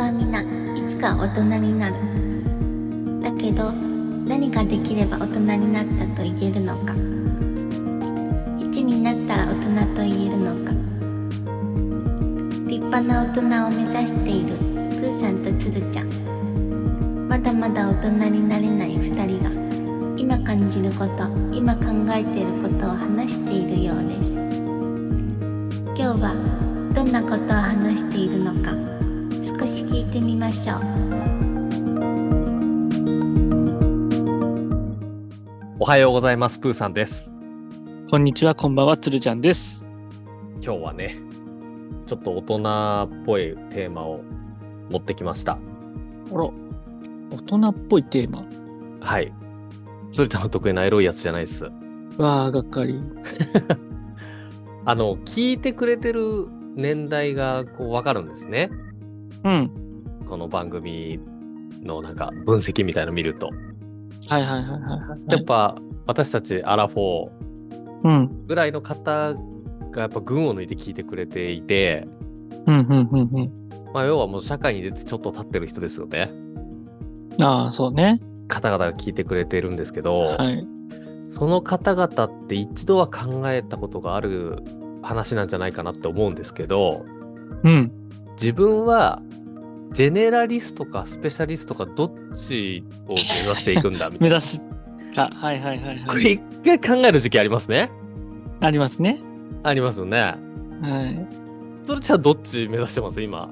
はみんないつか大人になるだけど何ができれば大人になったと言えるのか1になったら大人と言えるのか立派な大人を目指しているプーさんとつるちゃんまだまだ大人になれない2人が今感じること今考えていることを話しているようです今日はどんなことを話しているのか少し聞いてみましょうおはようございます。プーさんです。こんにちは、こんばんは、つるちゃんです。今日はね、ちょっと大人っぽいテーマを持ってきました。あら、大人っぽいテーマ。はい。鶴ちゃんの得意なエロいやつじゃないです。わあ、がっかり。あの、聞いてくれてる年代がこうわかるんですね。うん。この番組のなんか分析みたいの見ると。はいはいはいはいはい。やっ、ぱ私たちアラフォうん。ーぐらいの方がやっぱ群を抜いて聞いてくれていて、うんうんうんまあ要はもう社会に出てちょっと経ってる人ですよね。うん。ああ、そうね。方々が聞いてくれてるんですけど、はい。その方々って一度は考えたことがある話なんじゃないかなって思うんですけどうん。自分はジェネラリストかスペシャリストかどっちを目指していくんだみた目いな指す。あ、はいはいはい こはれい。一回考える時期ありますねありますね。ありますよねはい。それじゃあどっち目指してます今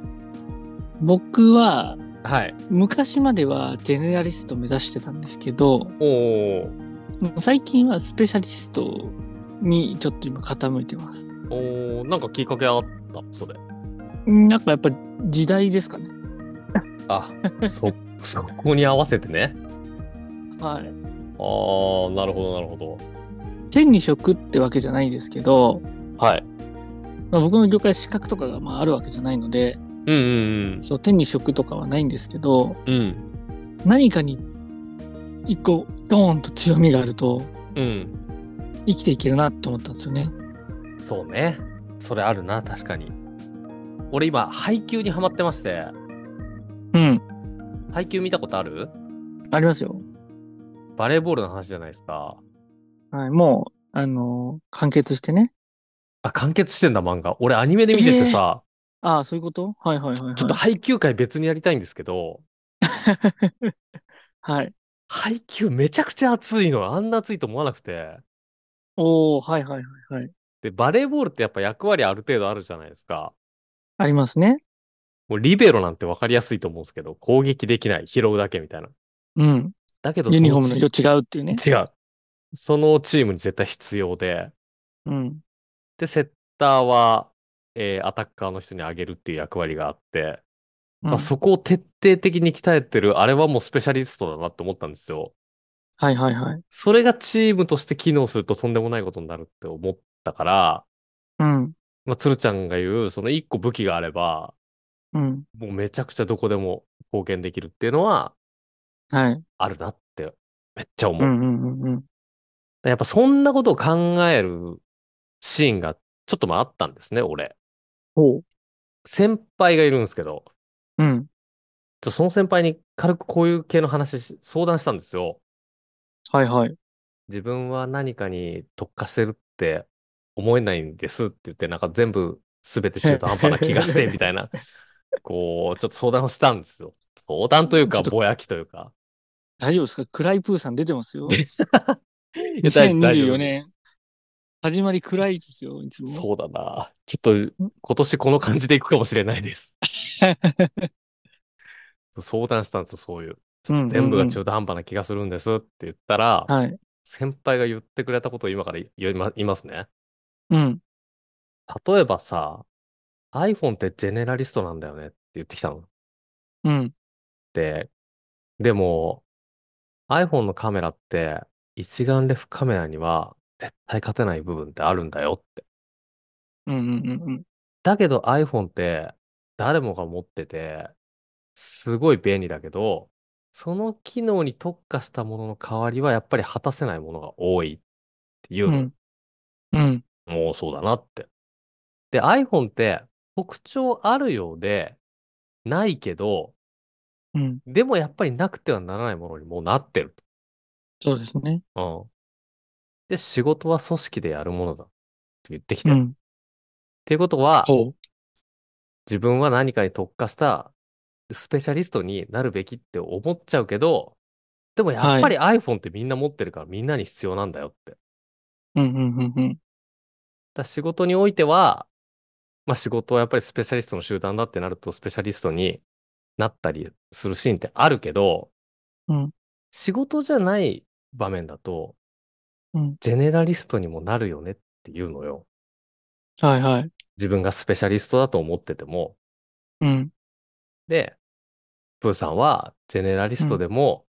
僕は、はい昔まではジェネラリストを目指してたんですけど、おお最近はスペシャリストにちょっと今傾いてます。おーなんかきっかけあったそれなんかやっぱ時代ですかね。あそ そこに合わせてねはああい。なるほどなるほど天に職ってわけじゃないですけど、はいまあ、僕の業界資格とかがまああるわけじゃないのでうんうんそう手に職とかはないんですけどうんうん何かに一個ドーンと強みがあるとうん生きていけるなって思ったんですよね。そうね。それあるな、確かに。俺今、配給にハマってまして、うん。配給見たことあるありますよ。バレーボールの話じゃないですか。はい。もう、あのー完結してね。あ、完結してんだ、漫画。俺アニメで見ててさ、ああ、そういうことはいはいはい、はい。ちょっと配給会別にやりたいんですけど、はい。配給めちゃくちゃ熱いの。あんな熱いと思わなくて。おー、はいはいはいはい。で、バレーボールってやっぱ役割ある程度あるじゃないですか。ありますね。もうリベロなんて分かりやすいと思うんですけど、攻撃できない、拾うだけみたいな。うん。だけど、ユニフォームのそ色違うっていうね。チ違う。そのチームに絶対必要で、うん。で、セッターは、えーアタッカーの人にあげるっていう役割があって、まうあ、んそこを徹底的に鍛えてる、あれはもうスペシャリストだなって思ったんですよ。はいはいはい。それがチームとして機能するととんでもないことになるって思ったから、うん。まあ、鶴ちゃんが言う、その一個武器があれば、うん。もうめちゃくちゃどこでも貢献できるっていうのははい。あるなって、めっちゃ思う。うんうんうんうん。やっぱそんなことを考えるシーンがちょっとまああったんですね、俺。ほう。先輩がいるんですけど、うちょん。っとその先輩に軽くこういう系の話し相談したんですよ。はいはい。自分は何かに特化してるって思えないんですって言って、なんか全部全て中途半端な気がしてみたい な、こう、ちょっと相談をしたんですよ。相談というかちょっ、とぼやきというか。大丈夫ですか暗いプーさん出てますよ。いや大大丈夫2024年。始まり暗いですよ、いつも。そうだな。ちょっと今年この感じでいくかもしれないです。相談したんですよ、そういう。ちょっと全部が中途半端な気がするんですって言ったら、 はい。先輩が言ってくれたことを今から言いま言いますね。うん。例えばさ、iPhone ってジェネラリストなんだよねって言ってきたの。うん。で、でも、iPhone のカメラって、一眼レフカメラには絶対勝てない部分ってあるんだよって。うんうんうんうん。だけど iPhone って誰もが持ってて、すごい便利だけど、その機能に特化したものの代わりはやっぱり果たせないものが多いっていううの。ん。うん。もうそうだなって。で、iPhone って特徴あるようで、ないけど、うん。でもやっぱりなくてはならないものにもうなってるそうですね。と。うん。で、仕事は組織でやるものだ。と言ってきて。うっん。ていうことは、ほ自分は何かに特化したスペシャリストになるべきって思っちゃうけど、でもやっぱり iPhone ってみんな持ってるからみんなに必要なんだよって。う。うん、うん、うん、うん。だから仕事においては、まあ仕事はやっぱりスペシャリストの集団だってなるとスペシャリストになったりするシーンってあるけど、うん仕事じゃない場面だと、うんジェネラリストにもなるよねっていうのよ。はい、はい。自分がスペシャリストだと思ってても。うん。で、プーさんはジェネラリストでも、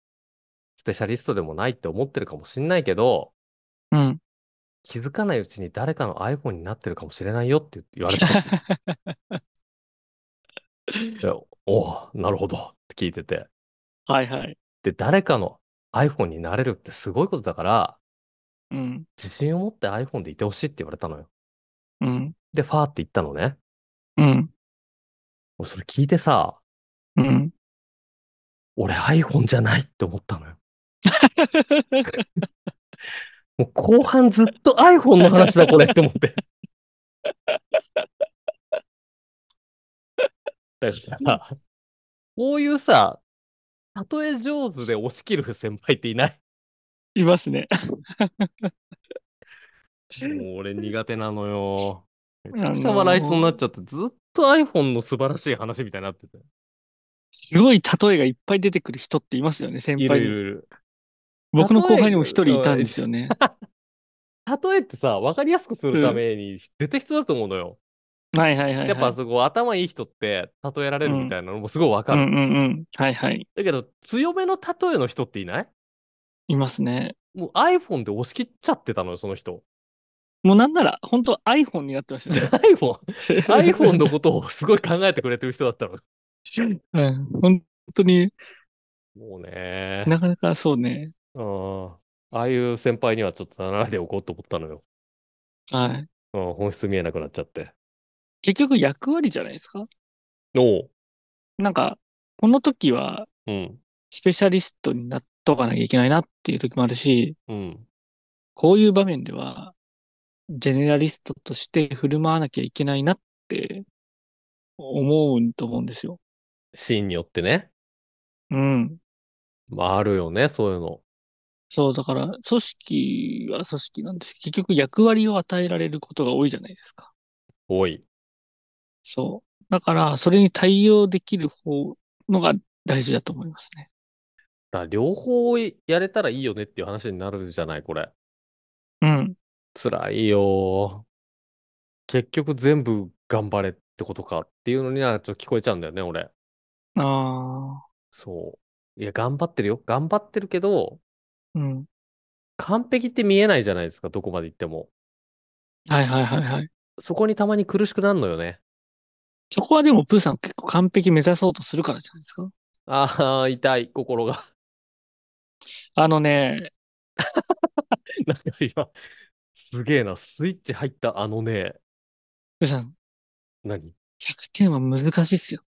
スペシャリストでもないって思ってるかもしんないけど、うん。気づかないうちに誰かの iPhone になってるかもしれないよって言われた。でおうなるほどって聞いてて。 はい、はい。で、誰かの iPhone になれるってすごいことだから、うん。自信を持って iPhone でいてほしいって言われたのよ。うん。で、ファーって言ったのね。うん。俺それ聞いてさ、うん。 俺 iPhone じゃないって思ったのよ。もう後半ずっと iPhone の話だこれって思 って。だからさ、こういうさ、例え上手で押し切る先輩っていない。いますね。もう俺苦手なの よ。めちゃあのくーちゃ笑いそうになっちゃって、ずっと iPhone の素晴らしい話みたいになってて。すごい例えがいっぱい出てくる人っていますよね、先い輩るいに。るいる。僕の後輩にも一人いたんですよね。例えってさ、分かりやすくするために絶対必要だと思うのよ。はいはいはい、はい。やっぱそこ頭いい人って例えられるみたいなのもすごい分かうんる。うんうん。はいはい。だけど、強めの例えの人っていないいますね。もう iPhone で押し切っちゃってたのよ、その 人。もうなんなら、本当 iPhone になってましたね。 iPhone、iPhone のことをすごい考えてくれてる人だったの。うん、本当にもうね。なかなかそうね。うん。ああいう先輩にはちょっとならないでおこうと思ったのよ。はい。うん、本質見えなくなっちゃって。結局役割じゃないですかおう。なんか、この時はうん。スペシャリストになっとかなきゃいけないなっていう時もあるし、うん。こういう場面では、ジェネラリストとして振る舞わなきゃいけないなって思うと思うんですよ。シーンによってね。うん。まあ、あるよね、そういうの。そう、だから、組織は組織なんです。結局役割を与えられることが多いじゃないですか。多い。そう。だから、それに対応できる方のが大事だと思いますね。だから両方やれたらいいよねっていう話になるじゃない、これ。うん。辛いよ。結局全部頑張れってことかっていうのにはちょっと聞こえちゃうんだよね、俺。ああ。そう。いや、頑張ってるよ。頑張ってるけど、うん。完璧って見えないじゃないですか、どこまで行っても。はいはいはいはい。そこにたまに苦しくなるのよね。そこはでも、プーさん結構完璧目指そうとするからじゃないですか。ああ、痛い、心が。 あのね、なんか今、すげえな、スイッチ入ったあのね、プーさん、何100点は難しいっすよ。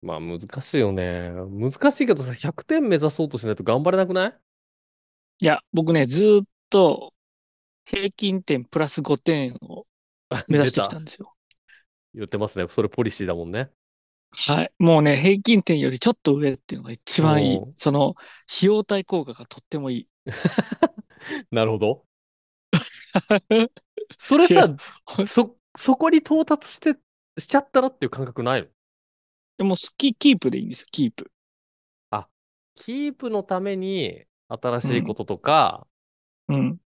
まあ難しいよね。難しいけどさ、100点目指そうとしないと頑張れなくない いや、僕ね、ずーっと平均点プラス5点を目指してきたんですよ。言ってますね。それポリシーだもんね。はい。もうね、平均点よりちょっと上っていうのが一番いいおー。その、費用対効果がとってもいい。 なるほど。それさ、やそ、そこに到達して、しちゃったなっていう感覚ないのでも、スキキープでいいんですよ、キープ。キープのために、新しいこととか、うん。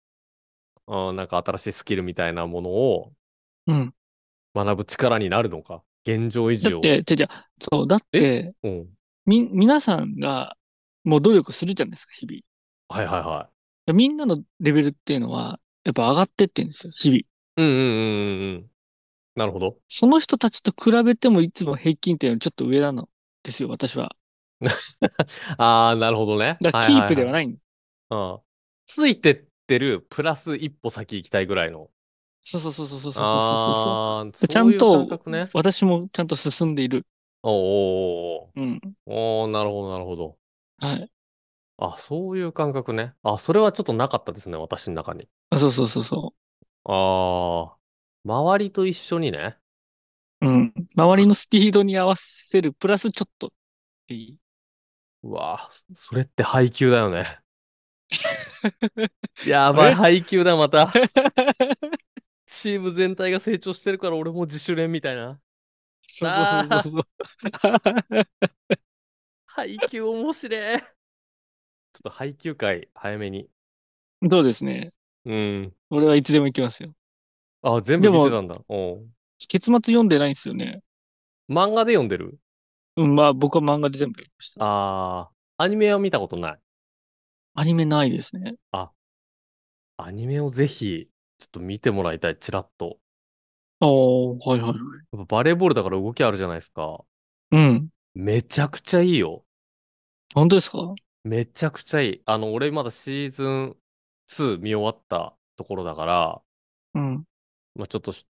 うん、なんか新しいスキルみたいなものをうん。学ぶ力になるのか。現状維持だを。って、じゃじゃそう、だって、うん。み、皆さんが、もう努力するじゃないですか、日々。はいはいはでみんなのレベルっていうのは、やっぱ上がってってんですよ、日々。い。うんうんうんうんうん。なるほど。その人たちと比べてもいつも平均点よりちょっと上なのですよ、私は。ああ、なるほどね。だからはキいはいープではない,、うん。ついてってる、プラス一歩先行きたいぐらいの。そうそうそうそうそうそうそうそうああー、でちゃんそういう感と覚ね。私もちゃんと進んでいる。おーうん。おーおーおーなるほど、なるほど。はい。あ、そういう感覚ね。あ、それはちょっとなかったですね、私の中に。あ、そうそうそうそああ、周りと一緒にね。う。うん。周りのスピードに合わせる、プラスちょっとっていうわあ、それって配給だよ ね。やばい、配給だ、また。う。チーム全体が成長してるから俺も自主練みたいな。そうあそうーそうそう。配給面白い。ちょっと配給会早めに。 どうですね。うん。俺はいつでも行きますよ。あ、全部見てたんだ。おう結末読んでないんですよね。漫画で読んでるうん、まあ僕は漫画で全部読みました。ああ、アニメは見たことない。アニメないですね。アニメをぜひ、ちょっと見てもらいたい、チラッと。ああ、はいはいはい。やっぱバレーボールだから動きあるじゃないですか。うん。めちゃくちゃいいよ。本当ですかめちゃくちゃいい。あの、俺まだシーズン2見終わったところだから、うん。まあ、ちょっとし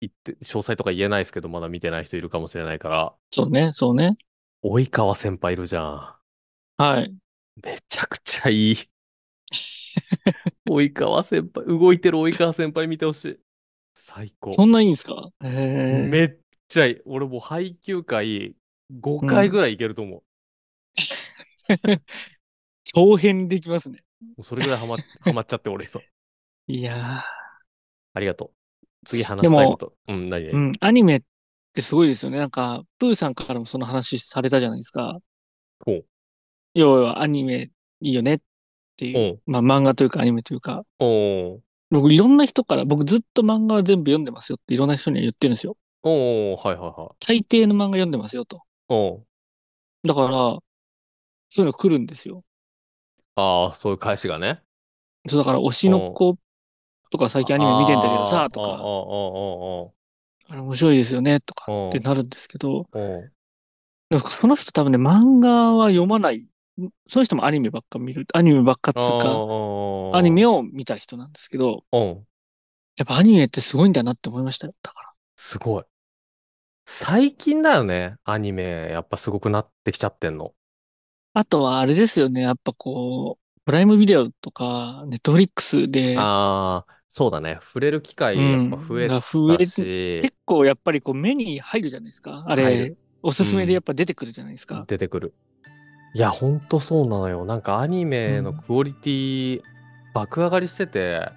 言って、詳細とか言えないですけど、まだ見てない人いるかもしれないから、そうね、そうね。及川先輩いるじゃん。はい。めちゃくちゃいい。及川先輩、動いてる及川先輩見てほしい。最高。そんないいんですかへえ。めっちゃいい。俺もう配給会5回ぐらいいけると思う。 長編できますね。もうそれぐらいハ マハマっちゃって、俺今。いやありがとう。次話でしもたいこと。うん、何ー。々うん、アニメってすごいですよね。なんか、プーさんからもその話されたじゃないですか。ほう要はアニメいいよねっていう。まあ漫画というかアニメというか。おー僕いろんな人から、僕ずっと漫画は全部読んでますよっていろんな人には言ってるんですよ。おーはいはいはい。大抵の漫画読んでますよと。おーだから、そういうの来るんですよ。ああ、そういう返しがね。そうだから、推しの子とか最近アニメ見てんだけどさ、とあーあーあーか、あーあれ面白いですよね、とかうんってなるんですけど、あーうんでもその人多分ね、漫画は読まない。その人もアニメばっか見る。アニメばっかっあつうか、ーアニメを見た人なんですけど、うん。やっぱアニメってすごいんだなって思いましたよ。だかすごい。最近だよね。アニメ、やっぱすごくなってきちゃってんの。ら。あとはあれですよね、やっぱこう、プライムビデオとか、ネットフリックスで、ああ、そうだね。触れる機会、やっぱ増えうんたが増えてし結、構やっぱりこう目に入るじゃないですか。あ入れる、おすすめでやっぱ出てくるじゃないですか。出てくる。いや、ほんとそうなのよ。なんかアニメのクオリティ、爆上がりしてて、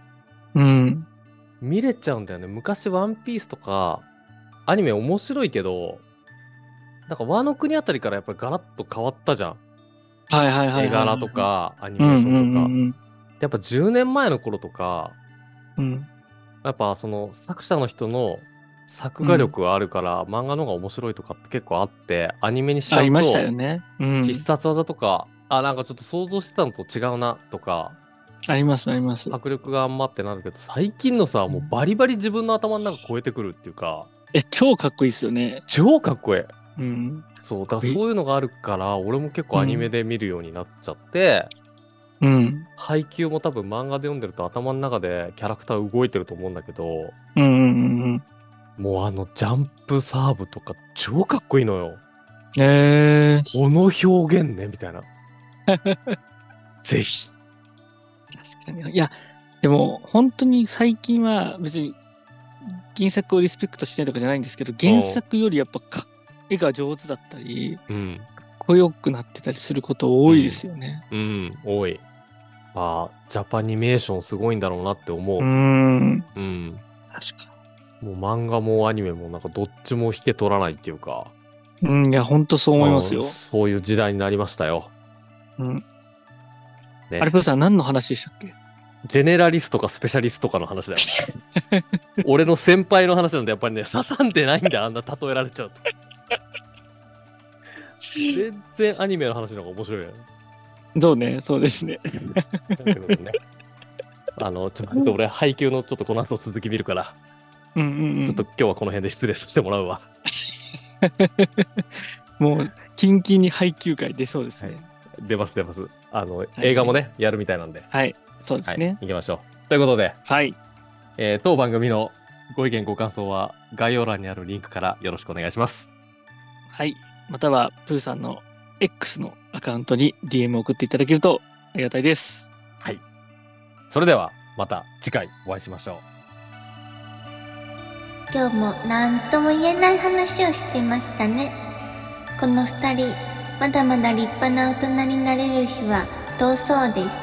うん。見れちゃうんだよね。昔、ワンピースとか、アニメ面白いけど、なんか、ワノ国あたりからやっぱりガラッと変わったじゃん。はいはいはいはいはい。絵柄と、か、アニうメんーうシんョンとか。うんやっぱ10年前の頃とか、うん。うん。やっぱその作者の人の作画力があるから、漫画の方が面白いとかって結構あって、アニメにしちゃうと、ありましたよね。うん。必殺技とか、あ、なんかちょっと想像してたのと違うなとか、ありますあります。迫力があんまってなるけど、最近のさ、もうバリバリ自分の頭の中超えてくるっていうか、え、超かっこいいですよね。超かっこいい。うん。そう、だからえそういうのがあるから、俺も結構アニメで見るようになっちゃって、うん。配給も多分漫画で読んでると頭の中でキャラクター動いてると思うんだけど、うんうんうんうん。もうあのジャンプサーブとか超かっこいいのよ。えー、この表現ね、みたいな。 ぜひ。確かに。いや、でも本当に最近は別に原作をリスペクトしてとかじゃないんですけど、原作よりやっぱか絵が上手だったり、うん。かっこよくなってたりすること多いですよね。うん、多い。あージャパニメーションすごいんだろうなって思う。ううん。ん。確かもう漫画もアニメもなんかどっちも引け取らないっていうか。に。うん、いや、本当そう思いますようん。そういう時代になりましたよ。うん。ねアルプさん、何の話でしたっけジェネラリストかスペシャリストかの話だよ。 俺の先輩の話なんでやっぱりね、刺さんでないんだよ、あんな例えられちゃ うと。全然アニメの話の方が面白いよね。そうね、そうです ね。ということでねあの、ちょっと俺、配給のちょっとこの後続き見るから、うんうんうちょっんと。今日はこの辺で失礼させてもらうわ。もう、キンキンに配給会出そうですね。出ます出ます。あの、映画もね、やるみたいなんで。はい、そうではすい、ね。行きましょう。ということで、はい。えー当番組のご意見ご感想は概要欄にあるリンクからよろしくお願いします。はい。またはプーさんの X のアカウントに DM を送っていただけるとありがたいです。それでは、また次回お会いしましょう。今日も何とも言えない話をしてましたねこの2人まだまだ立派な大人になれる日は遠そうです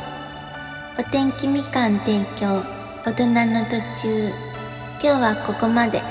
お天気みかん提供大人の途中今日はここまで